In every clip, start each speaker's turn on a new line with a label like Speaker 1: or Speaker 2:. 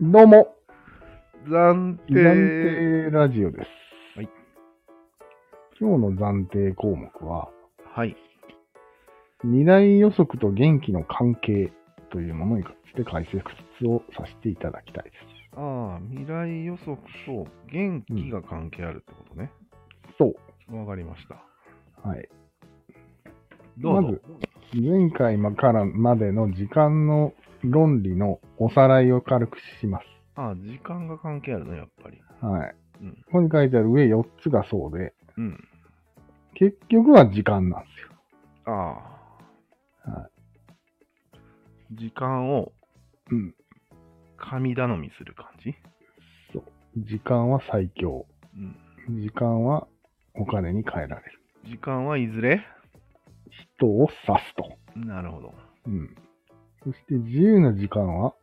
Speaker 1: どうも、
Speaker 2: 暫定。
Speaker 1: 暫定ラジオです。
Speaker 2: はい。
Speaker 1: 今日の暫定項目は、
Speaker 2: はい。
Speaker 1: 二大予測と元気の関係というものに関して解説をさせていただきたいで
Speaker 2: ああ、未来予測と元気が関係あるってことね。
Speaker 1: す。そう。
Speaker 2: わ、かりました。
Speaker 1: はい。
Speaker 2: どうぞ。
Speaker 1: まず前回まからまでの時間の論理のおさらいを軽くします。
Speaker 2: ああ、時間が関係あるの、やっぱり。
Speaker 1: はい。
Speaker 2: うん
Speaker 1: ここに書いてある上4つがそうで、
Speaker 2: うん。
Speaker 1: 結局は時間なんですよ。
Speaker 2: ああ。
Speaker 1: は
Speaker 2: 時間を
Speaker 1: うん。
Speaker 2: 神頼みする感じ
Speaker 1: そう。時間は最強。
Speaker 2: うん。
Speaker 1: 時間はお金に換えられる。
Speaker 2: 時間はいずれ
Speaker 1: 人を指すと。
Speaker 2: なるほど。
Speaker 1: うん。そして自由な時間は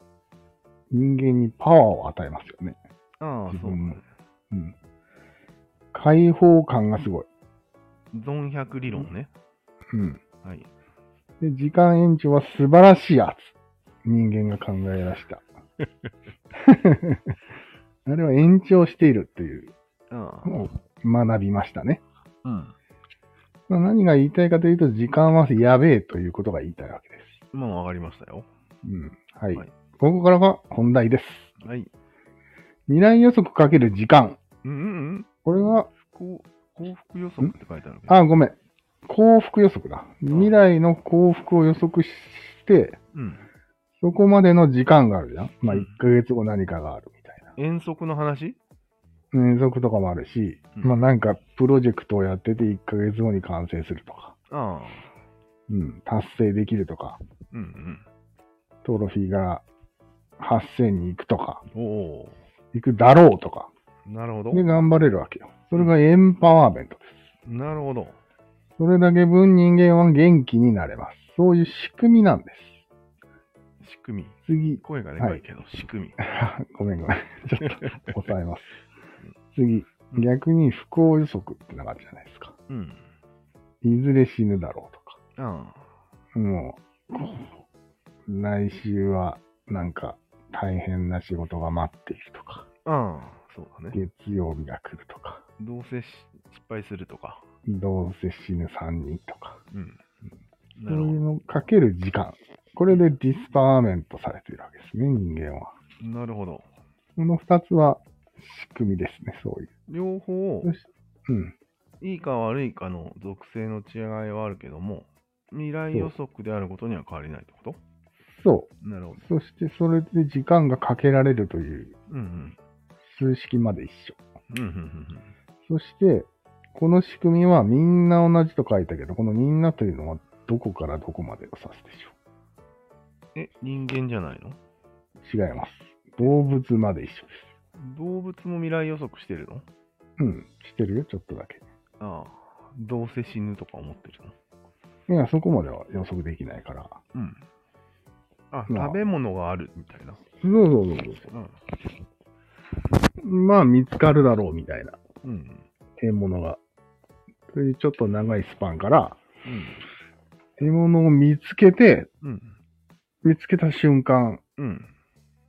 Speaker 1: 人間にパワーを与えますよね。
Speaker 2: ああ、
Speaker 1: 自
Speaker 2: そう
Speaker 1: 分
Speaker 2: か
Speaker 1: も。うん。解放感がすごい。
Speaker 2: 存百理論ね。
Speaker 1: うん。
Speaker 2: はい。
Speaker 1: で、時間延長は素晴らしいやつ。人間が考え出した。 あれは延長しているという
Speaker 2: ああ。
Speaker 1: のを学びましたね。
Speaker 2: うん。
Speaker 1: まあ、何が言いたいかというと、時間はやべえということが言いたいわけです。
Speaker 2: まあ、わかりましたよ。
Speaker 1: うん。はい。
Speaker 2: はい
Speaker 1: ここからが本題です。
Speaker 2: はい。
Speaker 1: 未来予測かける時間。
Speaker 2: うんうんうん。
Speaker 1: これは、
Speaker 2: 幸幸福予測って書いてあるけど。
Speaker 1: あ、ごめん。幸福予測だ。未来の幸福を予測して、
Speaker 2: うん。
Speaker 1: そこまでの時間があるじゃん。まあ、
Speaker 2: うん
Speaker 1: 1ヶ月後何かがあるみたいな。
Speaker 2: 遠足の話
Speaker 1: 遠足とかもあるし、
Speaker 2: うん
Speaker 1: まあなんかプロジェクトをやってて1ヶ月後に完成するとか、
Speaker 2: ああ。
Speaker 1: うん、達成できるとか、
Speaker 2: うん
Speaker 1: トロフィーが8000に行くとか、
Speaker 2: うん。おお。
Speaker 1: 行くだろうとか、
Speaker 2: なるほど。
Speaker 1: で頑張れるわけよ。それがエンパワーメントです。
Speaker 2: なるほど。
Speaker 1: それだけ分人間は元気になれます。そういう仕組みなんです。
Speaker 2: 仕組み。
Speaker 1: 次、
Speaker 2: 声がで
Speaker 1: はい
Speaker 2: かいけど、仕組み。
Speaker 1: ごめんごめん。ちょっと抑えます。次、逆に不幸予測ってなかったじゃないですか。
Speaker 2: うん。
Speaker 1: いずれ死ぬだろうとか。
Speaker 2: あ
Speaker 1: もう、来週はなんか大変な仕事が待っているとか、
Speaker 2: あ。ああ。そうだね。
Speaker 1: 月曜日が来るとか、
Speaker 2: どうせし失敗するとか。
Speaker 1: どうせ死ぬ3人とか、
Speaker 2: うん。な
Speaker 1: そう
Speaker 2: るほ
Speaker 1: いうのをかける時間。これでディスパワーメントされているわけですね、人間は。
Speaker 2: ど。なるほど。
Speaker 1: この2つは仕組みですね、そういう。
Speaker 2: 両方、
Speaker 1: そしうん。
Speaker 2: いいか悪いかの属性の違いはあるけども、未来予測であることには変わりないってこと
Speaker 1: そ
Speaker 2: なるほど
Speaker 1: う。。そしてそれで時間がかけられるという
Speaker 2: うんうん。
Speaker 1: 数式まで一緒。
Speaker 2: うんうんうん
Speaker 1: そして、この仕組みはみんな同じと書いたけど、このみんなというのはどこからどこまでを指すでしょ
Speaker 2: うん。え、人間じゃないの
Speaker 1: う違います。動物まで一緒です。
Speaker 2: 動物も未来予測してるの
Speaker 1: うん、してるよ、ちょっとだけ。
Speaker 2: ああ。どうせ死ぬとか思ってるの
Speaker 1: いや、そこまでは予測できないから。
Speaker 2: うん。あ、
Speaker 1: まあ
Speaker 2: 食べ物があるみたいな。
Speaker 1: そうそうそう
Speaker 2: うん。
Speaker 1: そう。まあ、見つかるだろうみたいな、
Speaker 2: うん。
Speaker 1: 獲物が。というちょっと長いスパンから、
Speaker 2: うん。
Speaker 1: 獲物を見つけて、
Speaker 2: うん。
Speaker 1: 見つけた瞬間
Speaker 2: うん。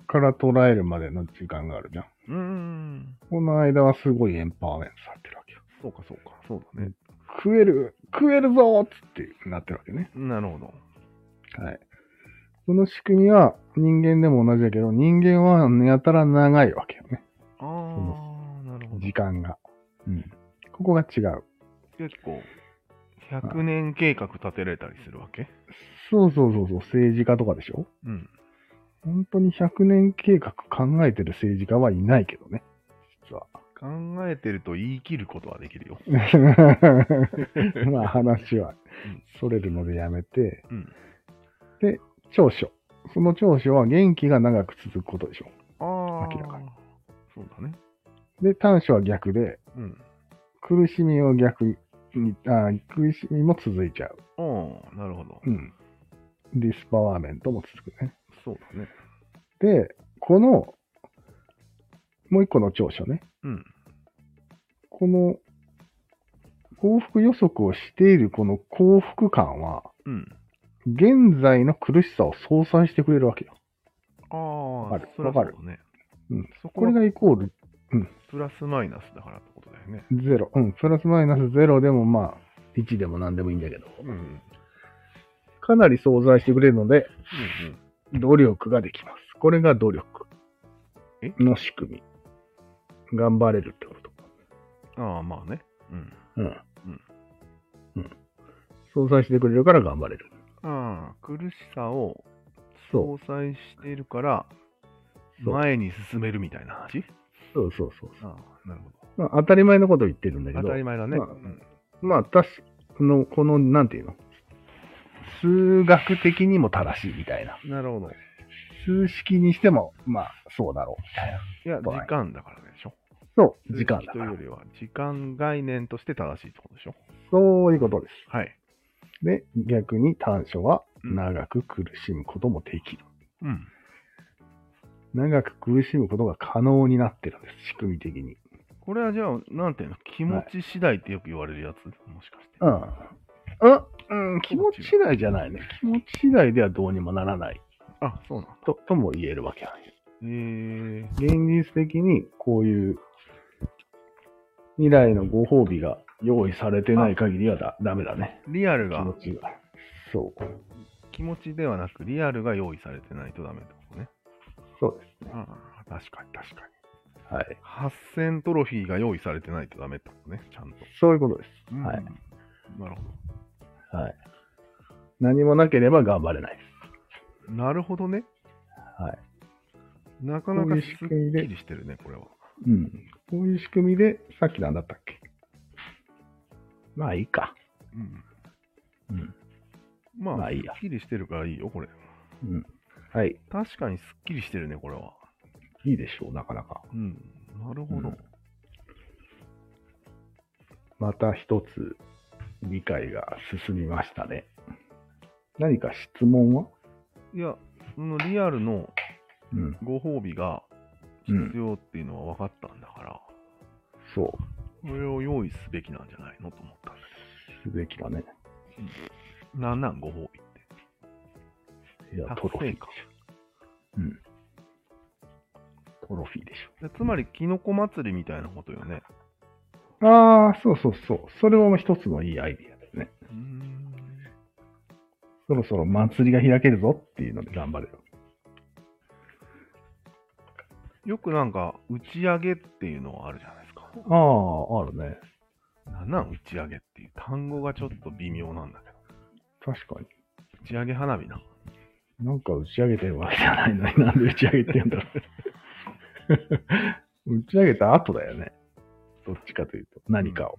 Speaker 1: から捉えるまでの時間があるじゃん。
Speaker 2: うーん。
Speaker 1: この間はすごいエンパワーメントされてるわけよ。
Speaker 2: そうか、そうか。そうだね。
Speaker 1: 食える、食えるぞーっつってなってるわけね。
Speaker 2: なるほど。
Speaker 1: はい。その仕組みは人間でも同じだけど、人間はやたら長いわけよね。
Speaker 2: ああ、なるほど
Speaker 1: 時。間が。うん。ここが違う。
Speaker 2: 結構、100年計画立てられたりするわけ
Speaker 1: そうそうそうそう、政治家とかでしょ
Speaker 2: うん。
Speaker 1: 本当に100年計画考えてる政治家はいないけどね。実 は。
Speaker 2: 考えてると言い切ることはできるよ。
Speaker 1: まあ話はそれるのでやめて、
Speaker 2: うん。
Speaker 1: 長所。その長所は元気が長く続くことでしょ。
Speaker 2: ああ。
Speaker 1: 明らかに
Speaker 2: そうだね。
Speaker 1: で、短所は逆で、
Speaker 2: うん。
Speaker 1: 苦しみを逆に、あ苦しみも続いちゃう。
Speaker 2: ああ、なるほど。
Speaker 1: うん。ディスパワーメントも続くね。
Speaker 2: そうだね。
Speaker 1: で、この、もう一個の長所ね。
Speaker 2: うん。
Speaker 1: この、幸福予測をしているこの幸福感は、
Speaker 2: うん。
Speaker 1: 現在の苦しさを相殺してくれるわけよ。
Speaker 2: ああ、
Speaker 1: わかる
Speaker 2: そりゃ
Speaker 1: わかる
Speaker 2: そうだね。
Speaker 1: うん
Speaker 2: そこ
Speaker 1: これ
Speaker 2: が
Speaker 1: がイコール
Speaker 2: プラスマイナスだからってことだよね。
Speaker 1: ゼロ。うん、プラスマイナスゼロでもまあ、1でも何でもいいんだけど、
Speaker 2: うん。うん
Speaker 1: かなり相殺してくれるので、
Speaker 2: うん
Speaker 1: 努力ができます。これが努力
Speaker 2: え
Speaker 1: の仕組み。頑張れるってこと。
Speaker 2: ああ、まあね。うん。
Speaker 1: うん。
Speaker 2: ん
Speaker 1: うん。相殺してくれるから頑張れる。
Speaker 2: ああ、苦しさを
Speaker 1: そう
Speaker 2: 相殺しているから、
Speaker 1: そう
Speaker 2: 前に進めるみたいな話
Speaker 1: そうそうそう。
Speaker 2: ああ、なるほど。
Speaker 1: まあ、当たり前のことを言ってるんだけ
Speaker 2: 当
Speaker 1: ど
Speaker 2: た、り前だね。
Speaker 1: まあ
Speaker 2: うん
Speaker 1: まあ、確この、この、なんていうの数学的にも正しいみたいな。
Speaker 2: なるほど。
Speaker 1: 数式にしても、まあ、そうだろう。
Speaker 2: いや、
Speaker 1: まあ
Speaker 2: 時間だからでしょ。
Speaker 1: そう、時間だか
Speaker 2: という
Speaker 1: ら
Speaker 2: よ。りは、時間概念として正しいってことでしょ。
Speaker 1: そういうことで
Speaker 2: はい。
Speaker 1: す。で、逆に短所は、長く苦しむこともできる。
Speaker 2: うん。
Speaker 1: 長く苦しむことが可能になってるんです、仕組み的に。
Speaker 2: これはじゃあ、なんていうの、気持ち次第ってよく言われるやつ、もしかして。
Speaker 1: うん。あ、うん、気持ち次第じゃないね。気持ち次第ではどうにもならない
Speaker 2: あ、そうなんだ。
Speaker 1: ととも言えるわけなんです。
Speaker 2: えー、
Speaker 1: 現実的にこういう未来のご褒美が用意されてない限りはだダメだね。
Speaker 2: リアル
Speaker 1: 気
Speaker 2: が
Speaker 1: 持、ちが。そう。
Speaker 2: 気持ちではなく、リアルが用意されてないとダメってことね。
Speaker 1: そうですね。
Speaker 2: ああ、確かに確かに。
Speaker 1: はい。
Speaker 2: 発戦トロフィーが用意されてないとダメってことね、ちゃんと。
Speaker 1: そういうことです。
Speaker 2: うん
Speaker 1: はい。
Speaker 2: なるほ
Speaker 1: はい。何もなければ頑張れないで
Speaker 2: ど。なるほどね。
Speaker 1: す。はい。
Speaker 2: なかなか
Speaker 1: こういう
Speaker 2: す
Speaker 1: 仕
Speaker 2: っき
Speaker 1: 組みで
Speaker 2: りしてるね、これは。
Speaker 1: うん。こういう仕組みで、さっきなんだったっけまあいいか。
Speaker 2: うん。
Speaker 1: うん。
Speaker 2: まあ、
Speaker 1: まあいい
Speaker 2: す
Speaker 1: や
Speaker 2: っきりしてるからいいよ、これ。
Speaker 1: うん。はい。
Speaker 2: 確かにすっきりしてるね、これは。
Speaker 1: いいでしょう、なかなか。
Speaker 2: うん。なるほど。
Speaker 1: うんまた一つ、理解が進みましたね。何か質問はい
Speaker 2: や、そのリアルの
Speaker 1: うん。
Speaker 2: ご褒美が必要っていうのは分かったんだから、
Speaker 1: そう。
Speaker 2: それを用意すべきなんじゃないのと思ったんだ
Speaker 1: すべきだね。
Speaker 2: けど。なんなんご褒美って。
Speaker 1: いや、ト
Speaker 2: 達
Speaker 1: ロフィ
Speaker 2: 成
Speaker 1: ー。
Speaker 2: 感。
Speaker 1: うん。トロフィーでし
Speaker 2: でつまり、キノコ祭りみたいなことよね。
Speaker 1: ょ。ああ、そうそうそう。それも一つのいいアイディアですね。
Speaker 2: うーん。
Speaker 1: そろそろ祭りが開けるぞっていうので頑張れる。
Speaker 2: よくなんか、打ち上げっていうのはあるじゃないですか。
Speaker 1: ああ、あるね。
Speaker 2: なんなん打ち上げっていう単語がちょっと微妙なんだけど。
Speaker 1: 確かに。
Speaker 2: 打ち上げ花火な。
Speaker 1: なんか打ち上げてるわけじゃないのになんで打ち上げてんだろう。打ち上げた後だよね。どっちかというと、何かを。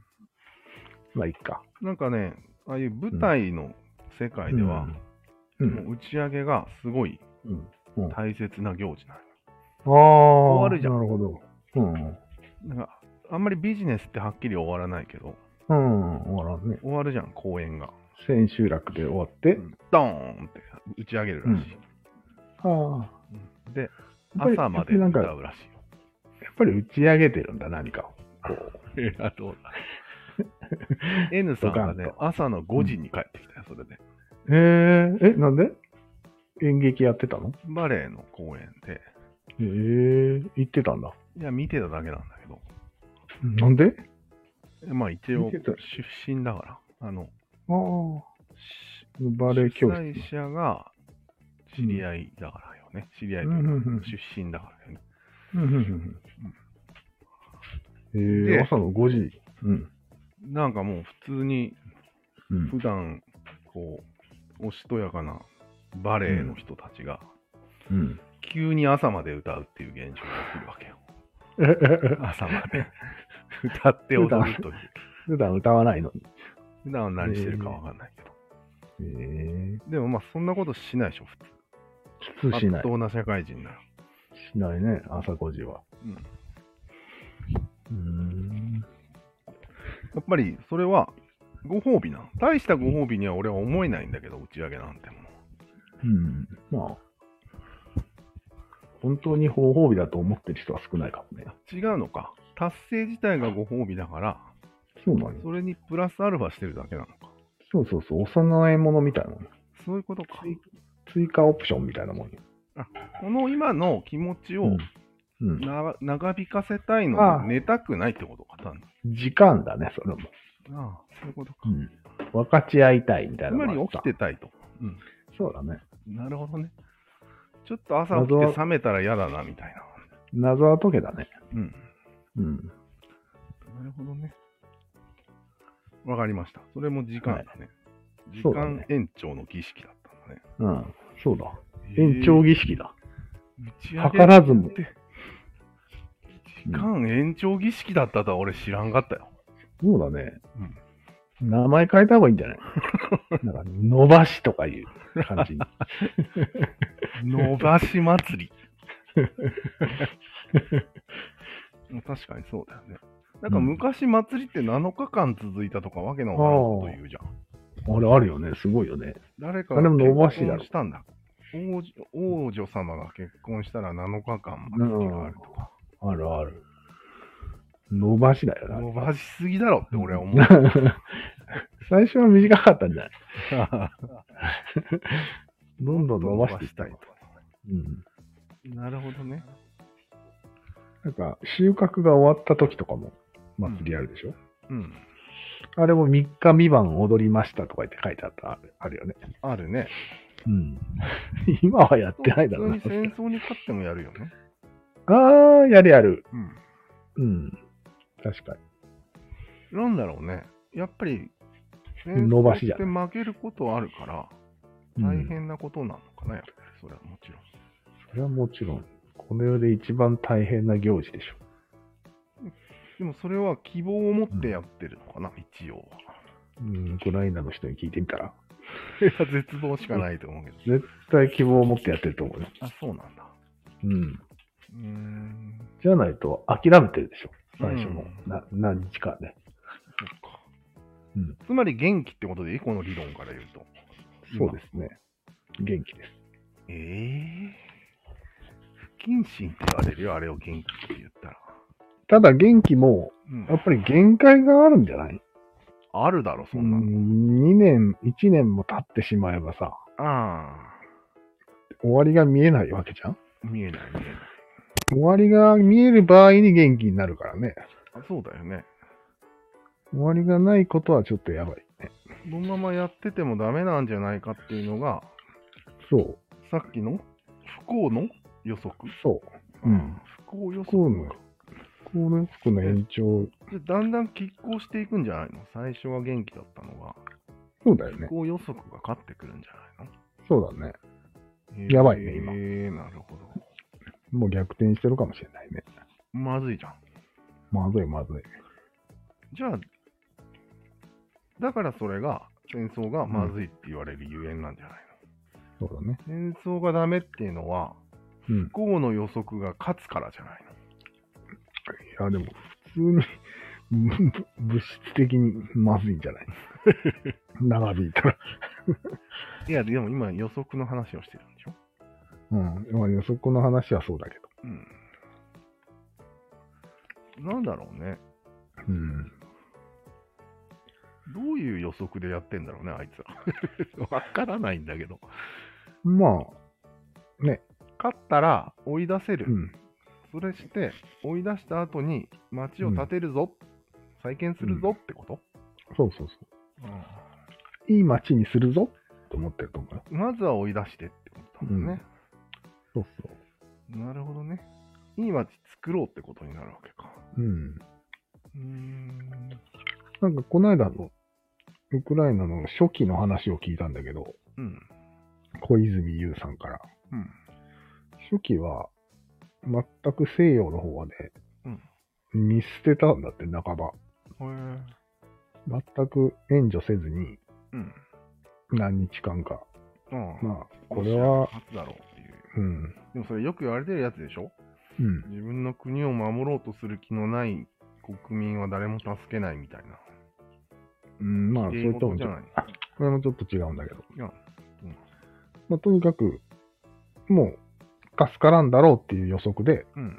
Speaker 1: まあ、いっか。
Speaker 2: なんかね、ああいう舞台の世界では、
Speaker 1: う
Speaker 2: も
Speaker 1: ん。
Speaker 2: う打ち上げがすごい
Speaker 1: うん。
Speaker 2: 大切な行事な
Speaker 1: ああ。
Speaker 2: るじゃん
Speaker 1: なるほど。うん。
Speaker 2: の。なんか、あんまりビジネスってはっきり終わらないけど、
Speaker 1: うん。終わらんね。
Speaker 2: 終わるじゃん、公演が。
Speaker 1: 千秋楽で終わって。
Speaker 2: ドーンって打ち上げるらしい。
Speaker 1: ああ。
Speaker 2: うんで、
Speaker 1: やっぱり
Speaker 2: 朝まで
Speaker 1: や
Speaker 2: 歌
Speaker 1: っぱりなんか、
Speaker 2: うらしいよ。
Speaker 1: やっぱり打ち上げてるんだ、何かを。
Speaker 2: えらどうだ N さんがね
Speaker 1: ド、
Speaker 2: 朝の5時に帰ってきたよ、それで。
Speaker 1: へえ、え、なんで演劇やってたの
Speaker 2: バレエの公演で、
Speaker 1: ええ行ってたんだ。
Speaker 2: いや、見てただけなんだけど、
Speaker 1: なんで
Speaker 2: まあ一応
Speaker 1: 見てた
Speaker 2: 出身だから、あの、
Speaker 1: ああ。バレエ
Speaker 2: 主
Speaker 1: 教室。
Speaker 2: 催者が知り合いだからよね。知り合いと
Speaker 1: うんうんうん
Speaker 2: 出身だからよね。
Speaker 1: うんうんうんうん。え
Speaker 2: で
Speaker 1: ー、朝の5時。うん。
Speaker 2: なんかもう普通に
Speaker 1: うん
Speaker 2: 普段こう、おしとやかなバレエの人たちが
Speaker 1: うん。
Speaker 2: 急に朝まで歌うっていう現象が起きるわけよ。 朝まで歌って踊るという。
Speaker 1: 普段歌わないのに。
Speaker 2: 普段は何してるかわかんないけど。
Speaker 1: えー、
Speaker 2: でもまあそんなことしないでしょ、普通。
Speaker 1: 普通しな
Speaker 2: 圧
Speaker 1: い。
Speaker 2: 倒な社会人なら。
Speaker 1: しないね、朝5時は。
Speaker 2: うんや
Speaker 1: うーん。
Speaker 2: っぱりそれはご褒美なの。大したご褒美には俺は思えないんだけど、打ち上げなんてもの。
Speaker 1: うん。まあ。本当に方法日だと思ってる人は少ないかもね。
Speaker 2: 違うのか。達成自体がご褒美だから、
Speaker 1: そうなのよ
Speaker 2: それにプラスアルファしてるだけなのか。
Speaker 1: そうそうそう。お供え物みたいなもん。
Speaker 2: そういうことか。
Speaker 1: 追加オプションみたいなもんよ。
Speaker 2: この今の気持ちを
Speaker 1: うん。
Speaker 2: な長引かせたい
Speaker 1: あ
Speaker 2: の
Speaker 1: あ
Speaker 2: に寝たくないってことか、単に。
Speaker 1: 時間だね、それも。
Speaker 2: ああ、そういうことか。
Speaker 1: うん。分かち合いたいみたいな
Speaker 2: つ
Speaker 1: の
Speaker 2: ま
Speaker 1: もあ
Speaker 2: り
Speaker 1: った。
Speaker 2: 起きてたいと。うん。
Speaker 1: そうだね。
Speaker 2: なるほどね。ちょっと朝起きて冷めたら嫌だな、みたいな。
Speaker 1: 謎は解けたね。
Speaker 2: うん。
Speaker 1: うん。
Speaker 2: なるほどね。わかりました。それも時間だね。時
Speaker 1: そうだ
Speaker 2: 間
Speaker 1: ね
Speaker 2: 延長の儀式だったんだね。
Speaker 1: うん。そうだ。延長
Speaker 2: 儀
Speaker 1: 儀式だ。
Speaker 2: 式
Speaker 1: 計らずも。
Speaker 2: 時間延長儀式だったとは俺知らんかったよ。
Speaker 1: そうだね。名前変えた方がいいんじゃない なんか、伸ばしとかいう感 じに。
Speaker 2: 伸ばし 祭り。もう確かにそうだよね。なんか昔祭りって7日間続いたとかわけのわからんこと言うじゃん。
Speaker 1: あれあるよね。すごいよね。
Speaker 2: 誰か
Speaker 1: あれも伸ばしだろ
Speaker 2: 結婚したんだ。王子王女様が結婚したら7日間
Speaker 1: う
Speaker 2: 祭りがあ
Speaker 1: ん
Speaker 2: るとか。。
Speaker 1: あるある。伸ばしだよな。
Speaker 2: 伸ばしすぎだろって俺は思う。
Speaker 1: 最初は短かったんじゃないどん どん伸
Speaker 2: 伸ば
Speaker 1: ばしてい
Speaker 2: し
Speaker 1: ったた
Speaker 2: い
Speaker 1: の。うん。
Speaker 2: と。なるほどね。
Speaker 1: なんか、収穫が終わった時とかも、祭りあるでしょ、
Speaker 2: うん。
Speaker 1: あれも3日未満踊りましたとか言って書いてあった、あるよね。
Speaker 2: あるね。
Speaker 1: うん。 今はやってないだろうな。
Speaker 2: 普通に戦争に勝ってもやるよね。
Speaker 1: ああ、やるやる。
Speaker 2: うん。
Speaker 1: うん。確かに。
Speaker 2: なんだろうね。やっぱり、
Speaker 1: 伸ばしじゃ
Speaker 2: 戦争って負けることあるから、
Speaker 1: う
Speaker 2: 大
Speaker 1: ん
Speaker 2: 変なことなのかな、やっぱり。それはもちろん。
Speaker 1: それはもちろん、この世で一番大変な行事でしょ。
Speaker 2: でもそれは希望を持ってやってるのかな、一応は。
Speaker 1: うん、ウクライナの人に聞いてみたら、
Speaker 2: いや、絶望しかないと思うけど。
Speaker 1: 絶対希望を持ってやってると思うよ。
Speaker 2: あ、そうなんだ。
Speaker 1: うん。
Speaker 2: うーん。
Speaker 1: じゃないと諦めてるでしょ。最初の、
Speaker 2: うん
Speaker 1: な何日かね。
Speaker 2: そっか。
Speaker 1: うん
Speaker 2: つまり元気ってことでいいこの理論から言うと。
Speaker 1: そうですね。元気です。
Speaker 2: ええ不謹慎って言われるよ、あれを元気って言ったら。
Speaker 1: ただ元気も、
Speaker 2: うん
Speaker 1: やっぱり限界があるんじゃない
Speaker 2: あるだろ、そ
Speaker 1: うん
Speaker 2: なの。
Speaker 1: ん、2年、1年も経ってしまえばさ、
Speaker 2: あ
Speaker 1: 終わりが見えないわけじゃん
Speaker 2: あ、見えない見えない。
Speaker 1: 終わりが見える場合に元気になるからね。
Speaker 2: あそうだよね。
Speaker 1: 終わりがないことはちょっとやばいね。
Speaker 2: このままやっててもダメなんじゃないかっていうのが、
Speaker 1: そう、
Speaker 2: さっきの不幸の予測。
Speaker 1: そう。うん。
Speaker 2: 不幸予
Speaker 1: 不幸
Speaker 2: 測
Speaker 1: の。この服の延長、
Speaker 2: でだんだん拮抗していくんじゃないの最初は元気だったのが、
Speaker 1: そうだよ
Speaker 2: 不
Speaker 1: ね。
Speaker 2: 幸予測が勝ってくるんじゃない
Speaker 1: そうだね。
Speaker 2: の、
Speaker 1: やばいね今
Speaker 2: えー、なるほど。
Speaker 1: もう逆転してるかもしれないね。
Speaker 2: まずいじゃん。
Speaker 1: まずいまずい。
Speaker 2: じゃあ、だからそれが、戦争がまずいって言われるゆえんなんじゃない
Speaker 1: そうだね。
Speaker 2: の、戦争がダメっていうのは、
Speaker 1: うん
Speaker 2: 不。幸の予測が勝つからじゃない
Speaker 1: いや、でも、普通に、 ぶ物質的にまずいんじゃない長引いたら。
Speaker 2: のいや、でも今予測の話をしてるんでしょ
Speaker 1: うん。まあ予測の話はそうだけど。
Speaker 2: うん。なんだろうね。
Speaker 1: うん。
Speaker 2: どういう予測でやってんだろうね、あいつ ら。わからないんだけど。
Speaker 1: まあ、
Speaker 2: 勝ったら追い出せる。
Speaker 1: うん。
Speaker 2: それして、追い出した後に町を建てるぞ、再建するぞってこと、
Speaker 1: そうそうそう。いい街にするぞと思ってると思うよ。
Speaker 2: まずは追い出してってことだもんね。
Speaker 1: そうそ
Speaker 2: なるほどね。いい街作ろうってことになるわけか。
Speaker 1: う。うん。
Speaker 2: うーん。
Speaker 1: なんかこの間の、ウクライナの初期の話を聞いたんだけど、
Speaker 2: うん。
Speaker 1: 小泉優さんから。
Speaker 2: うん。
Speaker 1: 初期は、全く西洋の方はね、
Speaker 2: うん
Speaker 1: 見捨てたんだって、半ば。
Speaker 2: へ
Speaker 1: 全く援助せずに、
Speaker 2: え。うん。
Speaker 1: 何日間か。
Speaker 2: ああ。
Speaker 1: まあ、これは、
Speaker 2: 勝つだろうってい
Speaker 1: う
Speaker 2: う。
Speaker 1: ん、
Speaker 2: でもそれよく言われてるやつでしょ
Speaker 1: うん、
Speaker 2: 自分の国を守ろうとする気のない国民は誰も助けないみたいな。
Speaker 1: うん、まあ、そ
Speaker 2: ええ
Speaker 1: れと
Speaker 2: こ
Speaker 1: も
Speaker 2: とじ
Speaker 1: ち
Speaker 2: ゃ
Speaker 1: ょっと
Speaker 2: ない。
Speaker 1: これもちょっと違うんだけど。
Speaker 2: いやうん
Speaker 1: まあ、とにかく、もう、助からんだろうっていう予測で、
Speaker 2: うん。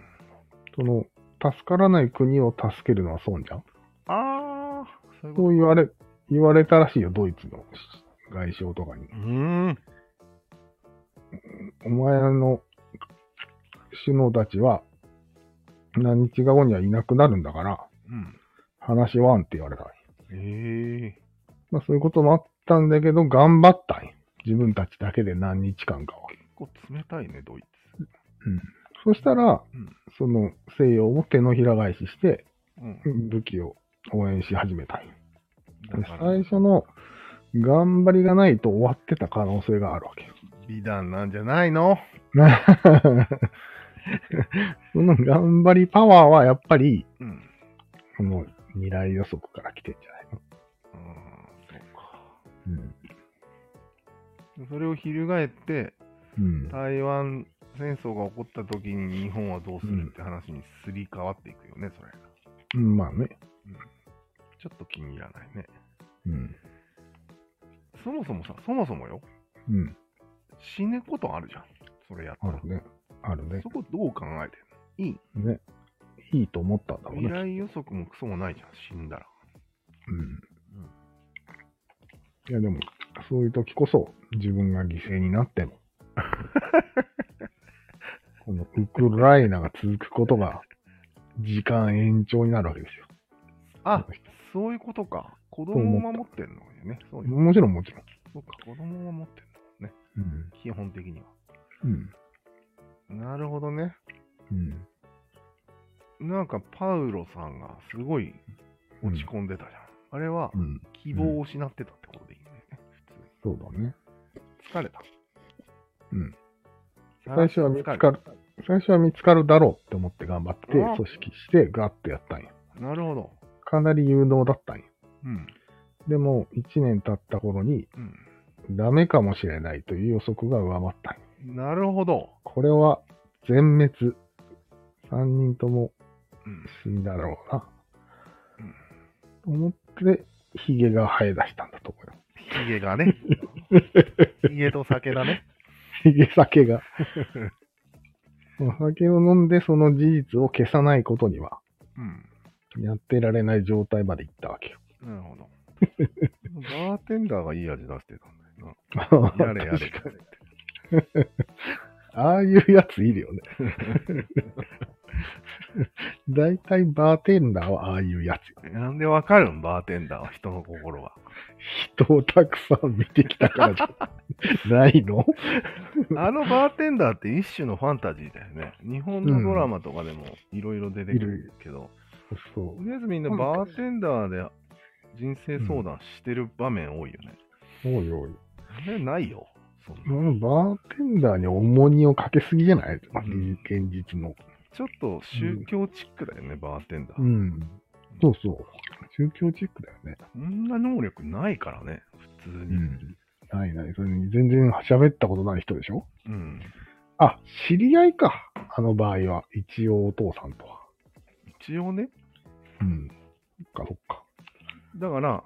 Speaker 1: その、助からない国を助けるのは損じゃん
Speaker 2: ああ。そういうこ
Speaker 1: そう言われ、言われたらしいよ、ドイツの外相とかに。
Speaker 2: と。うーん。
Speaker 1: お前の首脳たちは何日か後にはいなくなるんだから、
Speaker 2: うん。
Speaker 1: 話ワンって言われたんよ
Speaker 2: ええ
Speaker 1: まあそういうこともあったんだけど、頑張ったんよ自分たちだけで何日間かは。
Speaker 2: 結構冷たいね、ドイツ。
Speaker 1: そしたら、
Speaker 2: うん
Speaker 1: その西洋を手のひら返しして、
Speaker 2: うん。
Speaker 1: 武器を応援し始めたんよ
Speaker 2: だから
Speaker 1: 最初の頑張りがないと終わってた可能性があるわけよ。
Speaker 2: 美談なんじゃないの
Speaker 1: その頑張りパワーはやっぱり、
Speaker 2: うん。
Speaker 1: この未来予測から来てんじゃない
Speaker 2: あーそうか
Speaker 1: の
Speaker 2: でそれを翻って、
Speaker 1: うん。うん。
Speaker 2: 台湾戦争が起こった時に日本はどうするって話にすり替わっていくよね、それ。
Speaker 1: うんまあね。
Speaker 2: ちょっと気に入らないね。
Speaker 1: うん。
Speaker 2: そもそもさ、そもそもよ、
Speaker 1: うん。
Speaker 2: 死ねことあるじゃん。それやった
Speaker 1: あ
Speaker 2: ら。
Speaker 1: るね。あるね
Speaker 2: そ。こどう考えてんのいい
Speaker 1: ね。いいと思ったんだろう
Speaker 2: 未
Speaker 1: ね。
Speaker 2: 来予測もクソもないじゃん、死んだら。
Speaker 1: うん。いやでも、そういう時こそ自分が犠牲になっても、このウクライナが続くことが、時間延長になるわけですよ。
Speaker 2: あ、そういうことか。子供を守ってんのよね。そういう
Speaker 1: もちろんもちろん。
Speaker 2: そうか、子供を守ってんのね。
Speaker 1: うん。
Speaker 2: 基本的には。
Speaker 1: うん。
Speaker 2: なるほどね。
Speaker 1: うん。
Speaker 2: なんかパウロさんがすごい落ち込んでたじゃん。あれは
Speaker 1: うん。
Speaker 2: 希望を失ってたってことでいいんだよね。
Speaker 1: そうだね。
Speaker 2: 普通に。疲れた。
Speaker 1: うん。
Speaker 2: さら
Speaker 1: 最
Speaker 2: に
Speaker 1: 初は見つか
Speaker 2: 疲れ
Speaker 1: る、最初は見つかるだろうって思って頑張って、
Speaker 2: うん
Speaker 1: 組織してガッとやったんや。
Speaker 2: た。なるほど。
Speaker 1: かなり誘導だったんや。
Speaker 2: うん。
Speaker 1: でも、1年経った頃に、
Speaker 2: う
Speaker 1: ダメかもしれないという予測が上回ったんや。
Speaker 2: ん。なるほど。
Speaker 1: これは、全滅。3人とも
Speaker 2: うん。
Speaker 1: 死んだろうな。
Speaker 2: うん
Speaker 1: と思って、ヒゲが生え出したんだと思います。
Speaker 2: ヒゲが ね。ヒゲと酒だね。
Speaker 1: ヒゲ酒 が。お酒を飲んで、その事実を消さないことには、
Speaker 2: うん。
Speaker 1: やってられない状態までいったわけよ。
Speaker 2: なるほど。バーテンダーがいい味出してたんだよな。やれやれ
Speaker 1: 確か。に ああいうやついるよ ね。大体バーテンダーはああいうやつよ。
Speaker 2: なんでわかるんバーテンダーは人の心は。
Speaker 1: 人をたくさん見てきたからじゃ ないの
Speaker 2: あのバーテンダーって一種のファンタジーだよね。日本のドラマとかでもいろいろ出てくるけど、
Speaker 1: そ
Speaker 2: とりあえずみんなバーテンダーで人生相談してる場面多いよね。
Speaker 1: う。おいおい。
Speaker 2: それないよ。そんな
Speaker 1: うんバーテンダーに重荷をかけすぎじゃない現
Speaker 2: ん
Speaker 1: 実の。
Speaker 2: ちょっと宗教チックだよね、バーテンダー。
Speaker 1: ん。そうそう。宗教チックだよね。
Speaker 2: そんな能力ないからね、普通に。
Speaker 1: ん。ないない。それに全然喋ったことない人でしょ
Speaker 2: うん。
Speaker 1: あ、知り合いか。あの場合は。一応お父さんとは。
Speaker 2: 一応ね、
Speaker 1: うん。そっかそっか。
Speaker 2: だから、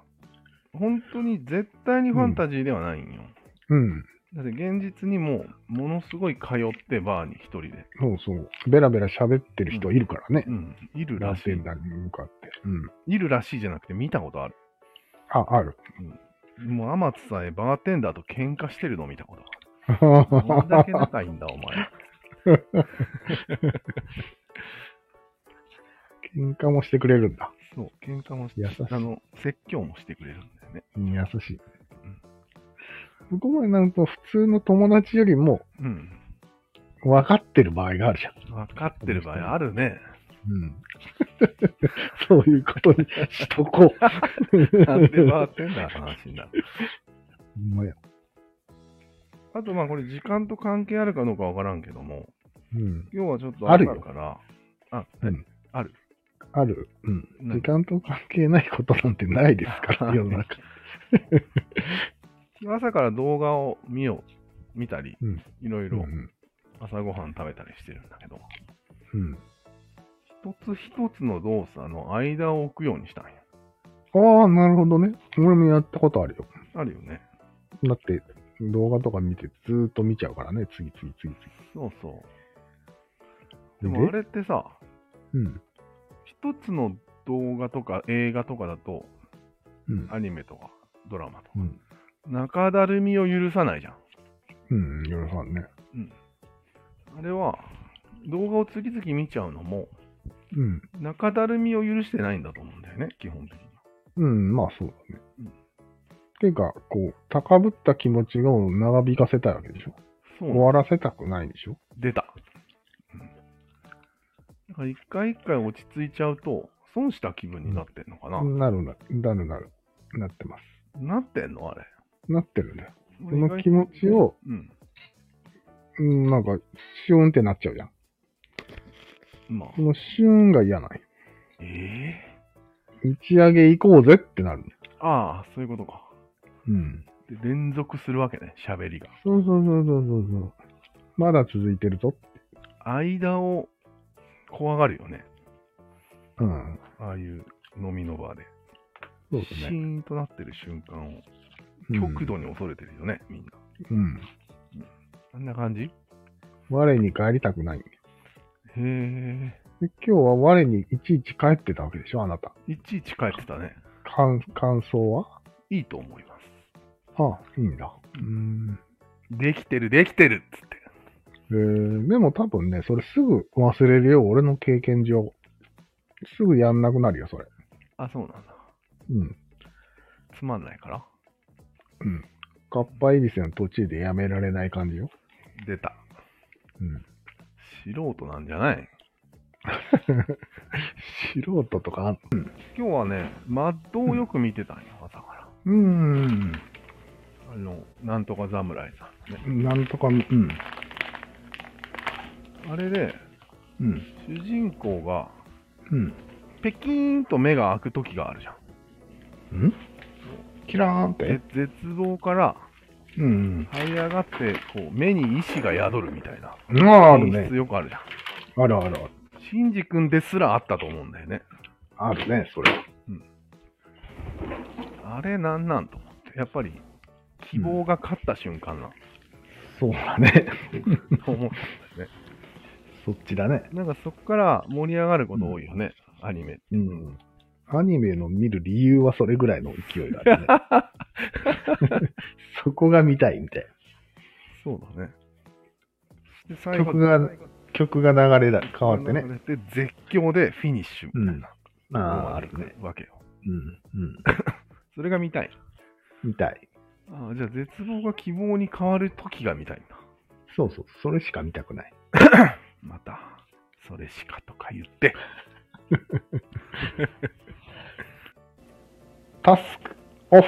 Speaker 2: 本当に絶対にファンタジーではないんよ。
Speaker 1: うん。
Speaker 2: だって現実にもう、ものすごい通ってバーに一人で、
Speaker 1: そうそう。ベラベラ喋ってる人いるからね
Speaker 2: う。ん、いる
Speaker 1: ラ
Speaker 2: らし
Speaker 1: ーテ
Speaker 2: い
Speaker 1: ン。ダーに向かって。うん。
Speaker 2: いるらしいじゃなくて見たことある。
Speaker 1: あ、ある。
Speaker 2: もう天津さえバーテンダーと喧嘩してるの見たことある。どんだけ
Speaker 1: あ
Speaker 2: 仲いいんだ、お前。
Speaker 1: 喧嘩もしてくれるんだ。
Speaker 2: そう、喧嘩もして
Speaker 1: 優しい、
Speaker 2: あの、説教もしてくれるんだよね。
Speaker 1: うん優しい。そこまでなると、普通の友達よりも
Speaker 2: うん。
Speaker 1: 分かってる場合があるじゃん。
Speaker 2: 分かってる場合あ るね。
Speaker 1: うん。そういうことにしとこ う。
Speaker 2: なんでバーテンダーの話になる。
Speaker 1: ほんまや
Speaker 2: あと、まあこれ時間と関係あるかどうかわからんけども、
Speaker 1: うん。
Speaker 2: 今日はちょっと
Speaker 1: あるよ
Speaker 2: 朝から、あ、
Speaker 1: うん
Speaker 2: ある。
Speaker 1: ある。うん。
Speaker 2: ない
Speaker 1: 時間と関係ないことなんてないです から、世の中。
Speaker 2: 朝から動画を見よう、見たり
Speaker 1: うん、
Speaker 2: いろいうろ
Speaker 1: ん。
Speaker 2: 朝ごはん食べたりしてるんだけど、
Speaker 1: うん。
Speaker 2: 一つ一つの動作の間を置くようにしたんや。
Speaker 1: ああ、なるほどね。俺もやったことあるよ。
Speaker 2: あるよね。
Speaker 1: だって、動画とか見てずーっと見ちゃうからね。次々次
Speaker 2: そうそう。で
Speaker 1: 々。
Speaker 2: もあれってさ、
Speaker 1: うん。
Speaker 2: 一つの動画とか映画とかだと、
Speaker 1: うん。
Speaker 2: アニメとかドラマとか、
Speaker 1: うん。
Speaker 2: 中だるみを許さないじゃん。
Speaker 1: うん。よろさんね。
Speaker 2: うん。あれは、動画を次々見ちゃうのも、
Speaker 1: うん。
Speaker 2: 中だるみを許してないんだと思うんだよね、基本的に。
Speaker 1: うん、まあそうだね。
Speaker 2: うん
Speaker 1: ていうか、こう、高ぶった気持ちを長引かせたいわけでしょ。
Speaker 2: そう
Speaker 1: 終わらせたくないでしょ。
Speaker 2: 出た。だから一回一回落ち着いちゃうと、損した気分になってんのかな、
Speaker 1: なるなる、なるなる、なってます。
Speaker 2: なってんのあれ。
Speaker 1: なってるんだよ。
Speaker 2: そ
Speaker 1: その気持ちを、
Speaker 2: うん。
Speaker 1: うん、なんか、シューンってなっちゃうじゃん。
Speaker 2: まあ。
Speaker 1: そのシューンが嫌ない。
Speaker 2: ええ
Speaker 1: 打ち上げ行こうぜってなるんだよ。
Speaker 2: ああ、そういうことか。
Speaker 1: うん。
Speaker 2: で連続するわけね、喋りが。
Speaker 1: そうそうそうそうそうそう。まだ続いてるぞ。
Speaker 2: 間を怖がるよね。
Speaker 1: うん。
Speaker 2: ああいう飲みの場で。
Speaker 1: そう
Speaker 2: シ
Speaker 1: だね。
Speaker 2: ーンとなってる瞬間を
Speaker 1: うん
Speaker 2: 極度に恐れてるよね、みんな。
Speaker 1: うん。
Speaker 2: あんな感じへ
Speaker 1: 我に帰りたくない。
Speaker 2: え。
Speaker 1: で今日は我にいちいち帰ってたわけでしょ、あなた。
Speaker 2: いちいち帰ってたね。
Speaker 1: 感感想はい
Speaker 2: いと思います。
Speaker 1: ああ、いいんだ。うーん。
Speaker 2: できてる、できてるっつって。
Speaker 1: えー、でも多分ね、それすぐ忘れるよ、俺の経験上。すぐやんなくなるよ、それ。
Speaker 2: あ、そうなんだ。
Speaker 1: うん。
Speaker 2: つまんないから。
Speaker 1: かっぱえびせの途中でやめられない感じよ。
Speaker 2: 出た。
Speaker 1: うん。
Speaker 2: 素人なんじゃない
Speaker 1: 素人とかあん
Speaker 2: 今日はね、マッドをよく見てたんよ、朝から。
Speaker 1: うーん。
Speaker 2: あの、なんとか侍さんね。
Speaker 1: なんとか、うん。
Speaker 2: あれで、
Speaker 1: うん。
Speaker 2: 主人公が、
Speaker 1: うん。
Speaker 2: ペキーンと目が開く時があるじゃん。
Speaker 1: うんキラーンって
Speaker 2: で。絶望から
Speaker 1: うん。
Speaker 2: 這い上がって、こう、目に意志が宿るみたいな。
Speaker 1: うんある
Speaker 2: 演
Speaker 1: ね。
Speaker 2: 出よくあるじゃん。
Speaker 1: あるあるある。
Speaker 2: シンジ君ですらあったと思うんだよね。
Speaker 1: あるね、それ。
Speaker 2: あれなんなんと思って。やっぱり、希望が勝った瞬間な、
Speaker 1: そうだね。
Speaker 2: と思ったんだよね。
Speaker 1: そっちだね。
Speaker 2: なんかそこから盛り上がること多いよね、アニメ。
Speaker 1: うん。アニメの見る理由はそれぐらいの勢いがあるね。 そこが見たいみたい。
Speaker 2: そうだね。で、最
Speaker 1: 曲が曲が流れだ変わってね。。
Speaker 2: で、絶叫でフィニッシュみたいな。
Speaker 1: うんあああるね。
Speaker 2: わけよ。
Speaker 1: うん。うん。
Speaker 2: それが見たい。
Speaker 1: 見たい。
Speaker 2: ああじゃあ、絶望が希望に変わる時が見たいんだ。
Speaker 1: そうそう。それしか見たくない。
Speaker 2: また、それしかとか言って。
Speaker 1: タスクオフ。